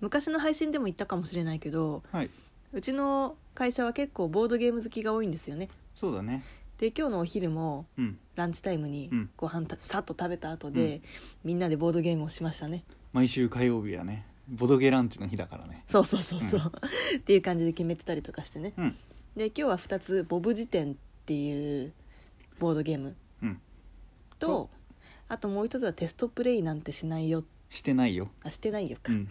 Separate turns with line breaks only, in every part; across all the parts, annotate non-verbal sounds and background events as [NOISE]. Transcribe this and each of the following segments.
昔の配信でも言ったかもしれないけど
はいう
ちの会社は結構ボードゲーム好きが多いんですよね
そうだね
で今日のお昼も
うん
ランチタイムに
うん
ご飯たさっと食べた後で、みんなでボードゲームをしましたね
毎週火曜日はねボドゲランチの日だからね
そうそうそうそう、っていう感じで決めてたりとかしてね
うん
で今日は2つボブ辞典っていうボードゲーム
うん
とあともう一つはテストプレイなんてしないよ
してないよ
あしてないよか、
う
っ
ん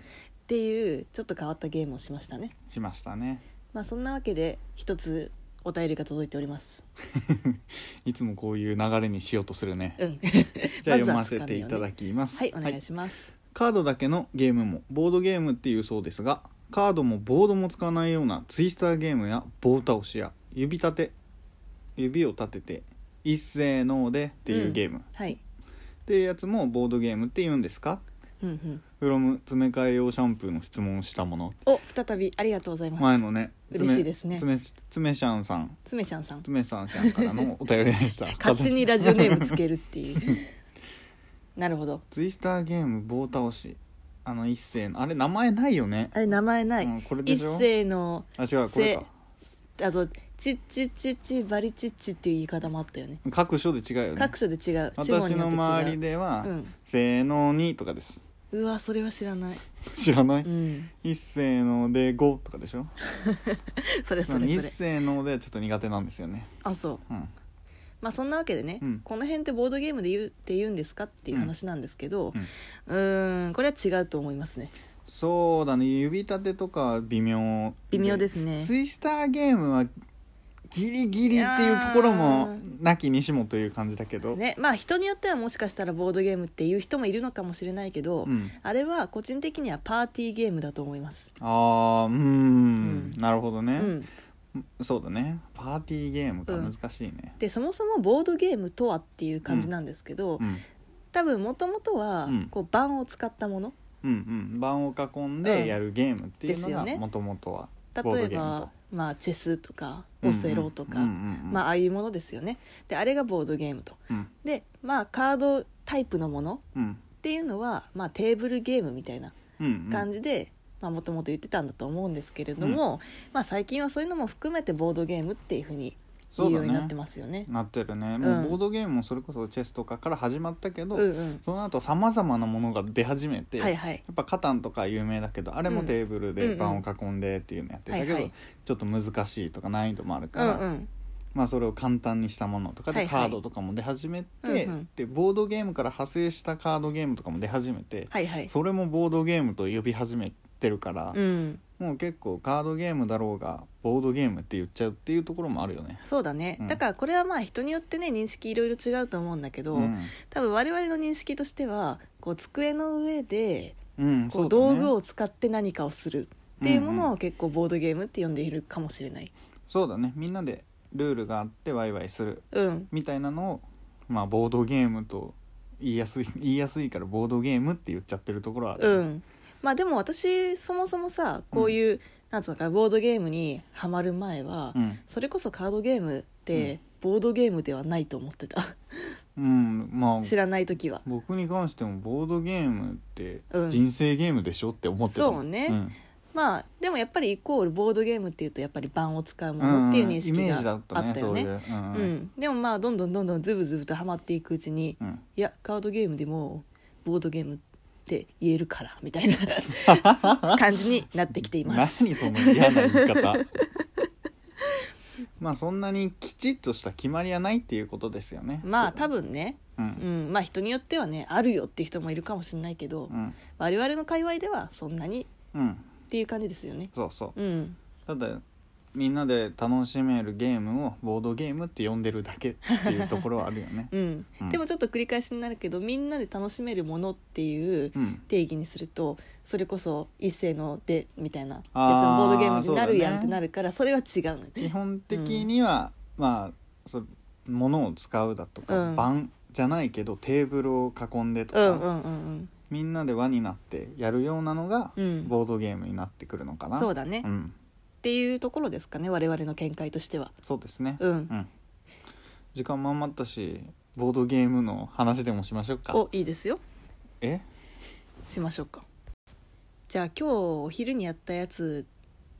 ていうちょっと変わったゲームをしましたね
[LAUGHS] しましたね [LAUGHS]
まあそんなわけで一つお便りが届いております
いつもこういう流れにしようとするね
うん
じゃあ
まず
読
は
ま
つ
せ
かみ
てい
をね
ただきます
はいお願いします、
カードだけのゲームもボードゲームっていうそうですがカードもボードも使わないようなツイスターゲームや棒倒しや指立て指を立てて「一斉のーで」っていうゲーム、っ
はい、
ていうやつもボードゲームって言うんですか
うんうん、
?from 詰め替え用シャンプーの質問をしたもの
お再びありがとうございます
前のね
嬉しいですね
つめつめしゃんさん
つめちゃんさん
つめさんちゃんからのお便りでした
[LAUGHS] 勝手にラジオネームつけるっていう [LAUGHS] なるほど
ツイスターゲーム棒倒しあの一斉のあれ名前ないよね、
あれ名前ない、
うんこれで
一
しょ
斉の
あ違うこれか
あとチッチッチッチバリチッチっていう言い方もあったよね
各所で違うよね
各所で違う地方
私
によ
の
って違う
周りでは
うん
「せーのに」とかです [LAUGHS]
うわそれは知らない
知らな
う
い
ん
「一せーので5」とかでしょ
[LAUGHS] それ
「
それ
一
それ
せーので」ちょっと苦手なんですよね
あそう
うん
まあそんなわけでね、
うん
この辺ってボードゲームで言うって言うんですかっていう話なんですけど
う
う
ん
ーんこれは違うと思いますね
そうだね指立てとか微妙
微妙ですね
ツイスターゲームはギリギリっていうところもなきにしもという感じだけど、
ねまあ人によってはもしかしたらボードゲームっていう人もいるのかもしれないけど、
うん、
あれは個人的にはパーティーゲームだと思います、
あーうー
う
ん
ん
んなるほど
う
ね、
ん、
そうだねパーティーゲームか
うん
難しいね、
でそもそもボードゲームとはっていう感じなんですけど、
うん
多分もともとは
うん
こう盤を使ったもの
うんうん盤を囲んでやるゲームってい
う
うの
んですよね
がもともとはボー
例
ド
え
ゲーム
ば、まあ、チェスとかオセロとか、まあ
あ、
ああいうものですよねであれがボードゲームと
うん
でまあカードタイプのもの
うん
っていうのは、まあ、テーブルゲームみたいな
うんうん、
感じでもともと言ってたんだと思うんですけれども、まあ、最近はそういうのも含めてボードゲームっていうふうに言うようになってますよね。
なってるねもうんうボードゲームもそれこそチェスとかから始まったけど、
うんうん
その後さまざまなものが出始めて、
はい
や
はい
っぱカタンとか有名だけどあれもテーブル
うんうんう
で
ん
盤を囲んでっていうのやってたけど、
はいはい
ちょっと難しいとか難易度もある
う
か
ん
ら、
うん
まあ、それを簡単にしたものとか
は
で
いはい
カードとかも出始めて、
うんうん
でボードゲームから派生したカードゲームとかも出始めて、
はいはい
それもボードゲームと呼び始めてるから、
うん
もう結構カードゲームだろうがボードゲームって言っちゃうっていうところもあるよね。
そうだね、
うん
だからこれはまあ人によってね認識いろいろ違うと思うんだけど、
うん
多分我々の認識としてはこう机の上で
うん
こう
そうだ
道
ね
具を使って何かをするっていうものを結構ボードゲームって呼んでいるかもしれない。
そうだねみんなでルールがあってワイワイする
うん、
みたいなのをまあボードゲームと言いやすい言いやすいからボードゲームって言っちゃってるところはある、
うん、まあでも私そもそもさこういう、なんつうのかボードゲームにはまる前は、
うん
それこそカードゲームってボードゲームではないと思ってた
うんまあ
知らない時は。
僕に関してもボードゲームって
うん
人生ゲームでしょって思ってたも
そ
ん
うね
ん
まあでもやっぱりイコールボードゲームっていうとやっぱり盤を使うも
うん
の
うん
っていう認
イ
識
メージ
が
だ
あ
っ
った
ね
たよね。
そういう、うん
う
うん
ん、でもまあどんどんどんどんズブズブとハマっていくうちに、
うん
いやカードゲームでもボードゲームって言えるからみたい
[LAUGHS]
な感じになってきています。
何その嫌な言い方 [LAUGHS] まあそんなにきちっとした決まりはないっていうことですよね
まあ多分ね、
う
うんん、まあ人によってはねあるよっていう人もいるかもしれないけど、
うん
我々の界隈ではそんなに
うん
っていう感じですよね。
そうそう
うん、、
ただみんなで楽しめるゲームをボードゲームって呼んでるだけっていうところはあるよね
うん
うん
でもちょっと繰り返しになるけどみんなで楽しめるものって [LAUGHS] いう
うん、
定義にするとそれこそ一斉のでみたいな別にボ
あー
ードゲームになるやんって
そうだね
なるからそれは違うのよ
基本的には、まあそ物を使うだとか、
うん
盤じゃないけどテーブルを囲んでと
う
か、
んうんうん
みんなで輪になってやるようなのが、
うん
ボードゲームになってくるのか
うん
な
そうだね、
う
っ
ん、
ていうところですかね我々の見解としては
そうですね、
うん、
うん時間も余ったしボードゲームの話でもしましょうか
おいいですよ
え
しましょうかじゃあ今日お昼にやったやつ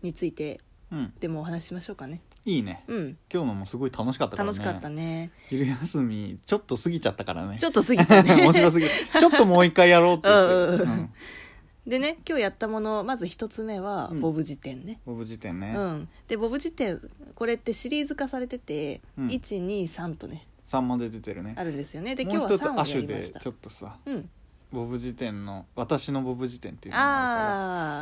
について
うん
でもお話ししましょうかね
いいね
うん
今日のもすごい楽しかったからね
楽しかったね
昼休みちょっと過ぎちゃったからね
ちょっと過ぎたね
[LAUGHS] 面白すぎるちょっともう一回やろうって言って
うんうんうん
うん
[LAUGHS] でね今日やったものまず一つ目は
うん
ボブ辞典ね、
ボブ辞典
う
ね、
んでボブ辞典これってシリーズ化されてて、
うん
123とね
三まで出てるね
あるんですよねで今日
もう
は
一つ
3
亜
をや
種
りま
で
した
ちょっとさ
うん
ボブ辞典の「私のボブ辞典」っていうのが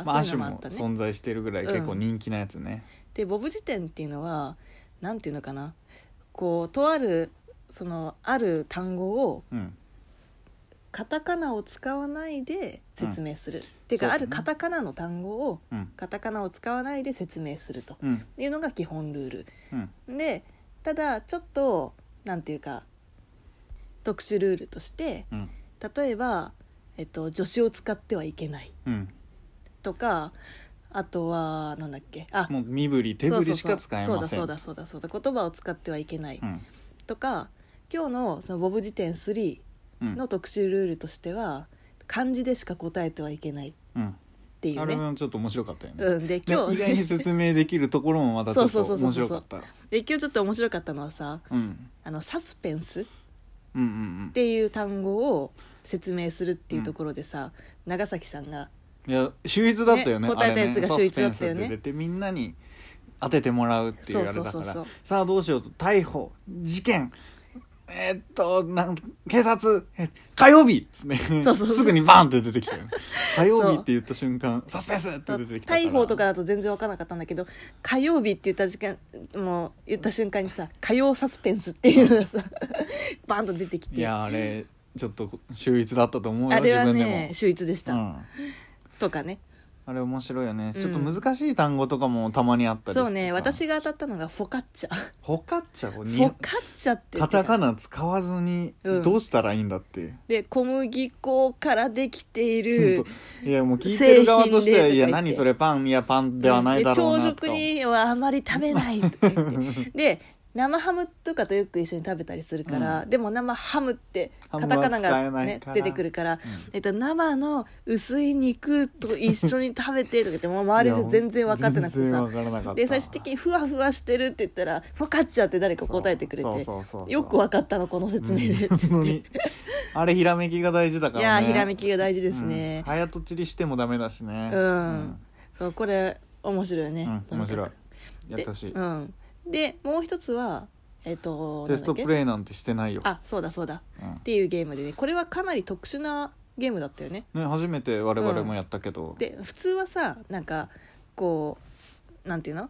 あ
あるから
あ、
まあ亜
そういうの
種
もあ
も
ったね
存在してるぐらい結構人気なやつね、
でボブ辞典っていうのはなんていうのかなこうとあるそのある単語を
うん
カタカナを使わないで説明する、っていうか
そうだね
あるカタカナの単語を
うん
カタカナを使わないで説明すると
うん
いうのが基本ルール
うん
でただちょっとなんていうか特殊ルールとして
うん
例えば、えっと、助詞を使ってはいけない
うん
とかあとはなんだっけあ
もう身振り手振りしか使えませ
そ
ん
うだそうだそうだそうだ言葉を使ってはいけない、
うん
とか今日のそのボブ辞典3
うん
の特集ルールとしては漢字でしか答えてはいけないっ
うん
ていう
あれ
ね。
もちょっと面白かったよね、
うん、で
で
今日
意外に説明できるところもまたちょっと面白かった
[LAUGHS] で今日ちょっと面白かったのはさ
うん
あのサスペンスっ
うんうん
ていう単語を説明するっていうところでさ、長崎さんが
うんいや秀逸だったよね
ね答えたやつが
あれ
秀
ね
逸だったよね
サスペンスって出てみんなに当ててもらうっていうあれだから
そうそうそうそう
さあどうしようと逮捕事件えーっとなん警察え火曜日っつってね
そうそうそう
すぐにバンって出てきたよ
[LAUGHS]
ね火曜日って言った瞬間サスペンスって出てきたから
逮捕とかだと全然分からなかったんだけど火曜日って言った時間もう言った瞬間にさ火曜サスペンスっていうのが
[LAUGHS]
さバンと出てき
い
てあ
やあれちょっと秀逸だったと思うよ
れ
自
は
分でも、
ね秀逸でした、
うん
とかね
あれ面白いよね、
うん
ちょっと難しい単語とかもたまにあったりして
そうね
さ
私が当たったのがフォカッチャ
フォカッチャ
フ
をに
ォカッチャって
カタカナ使わずに
うん
どうしたらいいんだって、
で小麦粉からできてい
ほ
る
[LAUGHS] んといやもう聞いてる側としては「
製品で
い
とか言っ
や
て
何それパンいやパンではないだろう
で
な」
朝
と
食
か
にはあまり食べないとか言って
[LAUGHS]
で生ハムとかとよく一緒に食べたりするから、
う
でも生ハムって
ハ
カ
ム
タ
は
カナ
使え
が、
ない
ね
から、
出てくるから、えっと、生の薄い肉と一緒に食べてとか言ってもう周りで全然分かってなくて
い
さ
や全然分からなかった
で最終的にふわふわしてるって言ったら「フォカッチャ」って誰か答えてくれ
そう
て
そうそうそう
よく分かったのこの説明でって
本
言
当
って
にあれひらめきが大事だ
[LAUGHS]
か
いや
ら
ー
ね
ひらめ
き
きが大事ですね、
早とちりしてもダメだしね
うん、そうこれ面白いよね、
うん
とにか
面
く
白いやってほしい、
で,、うん、でもう一つはえっ、と
テス
な
ト
んだっけ
プレイなんてしてないよ、
あそうだそうだ
うん
っていうゲームでねこれはかなり特殊なゲームだったよね
ね、初めて我々もやったけど、
で普通はさなんかこうなんていうの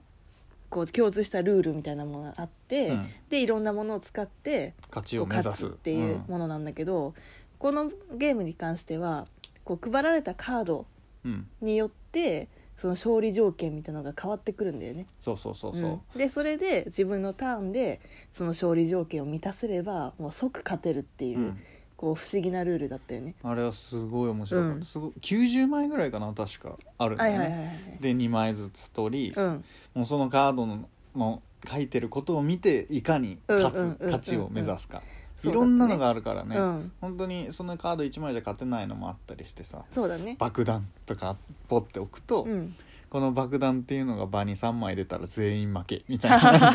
こう共通したルールみたいなものがあって、
うん
でいろんなものを使って
勝ち
こ
を
う
目指
勝
す
つっていうものなんだけど、このゲームに関してはこう配られたカード
うんうん
によってその勝利条件みたいなのが変わってくるんだよね。
そうそうそうそう、
うんでそれで自分のターンでその勝利条件を満たせればもう即勝てるっていう、
うん
こう不思議なルールだったよね。
あれはすごい面白かった、
うん
すごい90枚ぐらいかな確かあるんだ
はい
よ
はいはい
ね
はい。
で2枚ずつ取り、
うん、
もうそのカードのの書いてることを見ていかに勝つ、
うんうんうんうん
勝ちを目指すか、
そう
い
だ
ろ
ね
んなのがあるからね、
うん
本当にそのカード1枚じゃ勝てないのもあったりしてさ
そうだね。
爆弾とかポッて置くと、
うん、
この爆弾っていうのが場に3枚出たら全員負けみたい
[LAUGHS]
な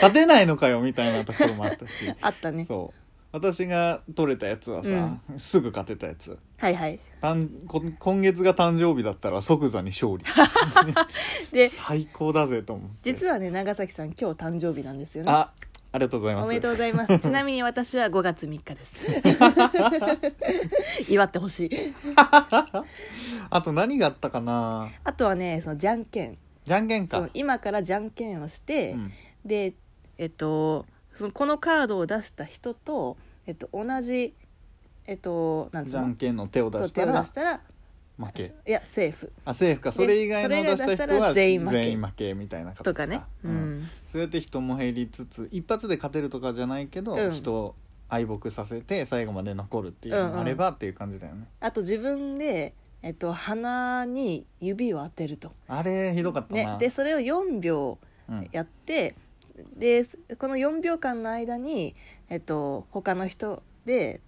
勝てないのかよみたいなところもあったし
あった [LAUGHS] ね。
そう私が取れたやつはさ、すぐ勝てたやつ
はいはい。
たんこ今月が誕生日だったら即座に勝利
で
最高だぜと思って
実はね長崎さん今日誕生日なんですよね。
あありがとうございます
おめでとうござい
[LAUGHS]
ます。ちなみに私は5月3日です。祝ってほしい。
あと何があったかな
あとはねそのじゃんけん。
じゃんけん
そ
か
う今からじゃんけんをして、
うん
でえっとそのこのカードを出した人と、えっと、同じえっとなんつ
じ
う
ゃ
の
んけんの手を出
と
し
手を
たら
出
負
したら
け
いやセーフ
あセーフかそれ以外の出した
そ
人は
れ以外出したら全員負け
全員負けみたいな形か
とかねう
うん
ん、
そうやって人も減りつつ一発で勝てるとかじゃないけど、
うん
人を敗北させて最後まで残るっていうのがあればっていう感じだよね、
あと自分で、えっと、鼻に指を当てると、
あれひどかった
ね
な、、
でそれを4秒
うん、
やってでこの4秒間の間に、えっと、他の人で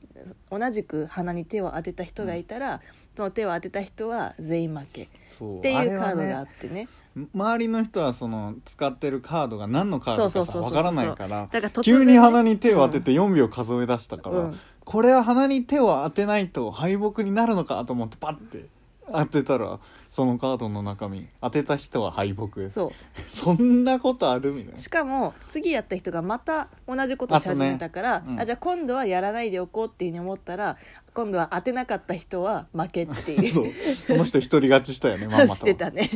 同じく鼻に手を当てた人がいたら、の手を当てた人は全員負けっ
そう
てい
あれ
うカ
は
ード
ね
があってね
周りの人はその使ってるカードが何のカード
そう
か
そ
さ
うそう
わ
そう
からないから
だから突然
急
ね
に鼻に手を当てて4秒数え出したから、
うん
これは鼻に手を当てないと敗北になるのかと思ってパッて当てたらそのカードの中身当てた人は敗北そ
そ
んなことあるみたいうな
しかも次やった人がまた同じことし始めたからあ、
あとねうん
じゃあ今度はやらないでおこうっていうふうに思ったら今度は当てなかった人は負けっていう [LAUGHS]
[LAUGHS] そうこの人一人勝ちしたよねまんま
し
と
てたね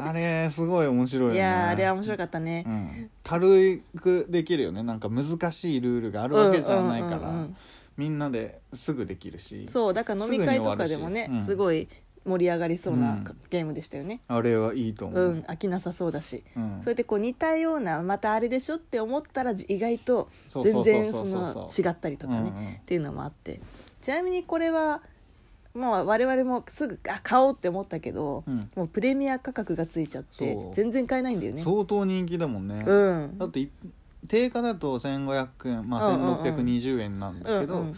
あれすごい面白いよ
い
ね
やーあれは面白かったね、
うん、軽くできるよねなんか難しいルールがあるわけじゃないから、
うんうんうんうん
みんなですぐできるし
そうだから飲み会とかでもね
す
す,、
ぐに終わるしうん
ごい盛り上がりそうな
うん
ゲームでしたよね
あれはいいと思
うん、
う、
飽きなさそうだし、
うん
それでこう似たようなまたあれでしょって思ったら意外と
そうそ
全
うそう
然
そ
そうの違ったりとかね、
うんうん
っていうのもあってちなみにこれはもう我々もすぐあ買おうって思ったけど、
うん
もうプレミア価格がついちゃって
そう
全然買えないんだよね。
相当人気だもんね、
うん
だってい定価だと1500円、まあ、
うんうんうん
1620円なんだけど、
うんうん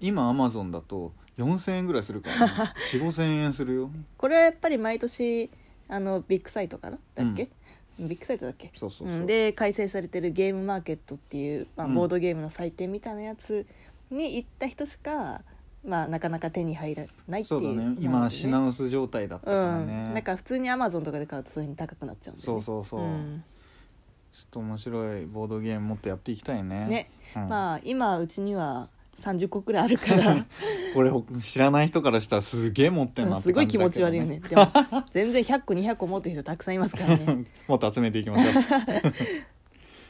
今アマゾンだと4000円ぐらいするから、ね、4
[LAUGHS]
5 0円するよ
これはやっぱり毎年あのビッグサイトかなだっけ、ビッグサイトだっけ
そうそうそう、
んで開催されてるゲームマーケットっていう、まあ、
うん
ボードゲームの祭典みたいなやつに行った人しか、まあ、なかなか手に入らないってい
そううだね
な
今
んですね
品薄状態だったからね、
うん、なんか普通にアマゾンとかで買うとそういうに高くなっちゃうんで、ね、
そうそうそう
うん
ちょっと面白いボードゲームもっとやっていきたいね
ね、
うん
まあ今うちには30個くらいあるから
[LAUGHS] これほ知らない人からしたらすげえ持ってん
う
なっ
ん
て
すごい
感じ
気
だ
持
け
ち
ど
悪いよねでも全然100個200個持ってる人たくさんいますからね
[LAUGHS] もっと
[LAUGHS]
集めていきましょう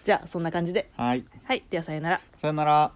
じゃあそんな感じで
はい
はいではさよなら
さよなら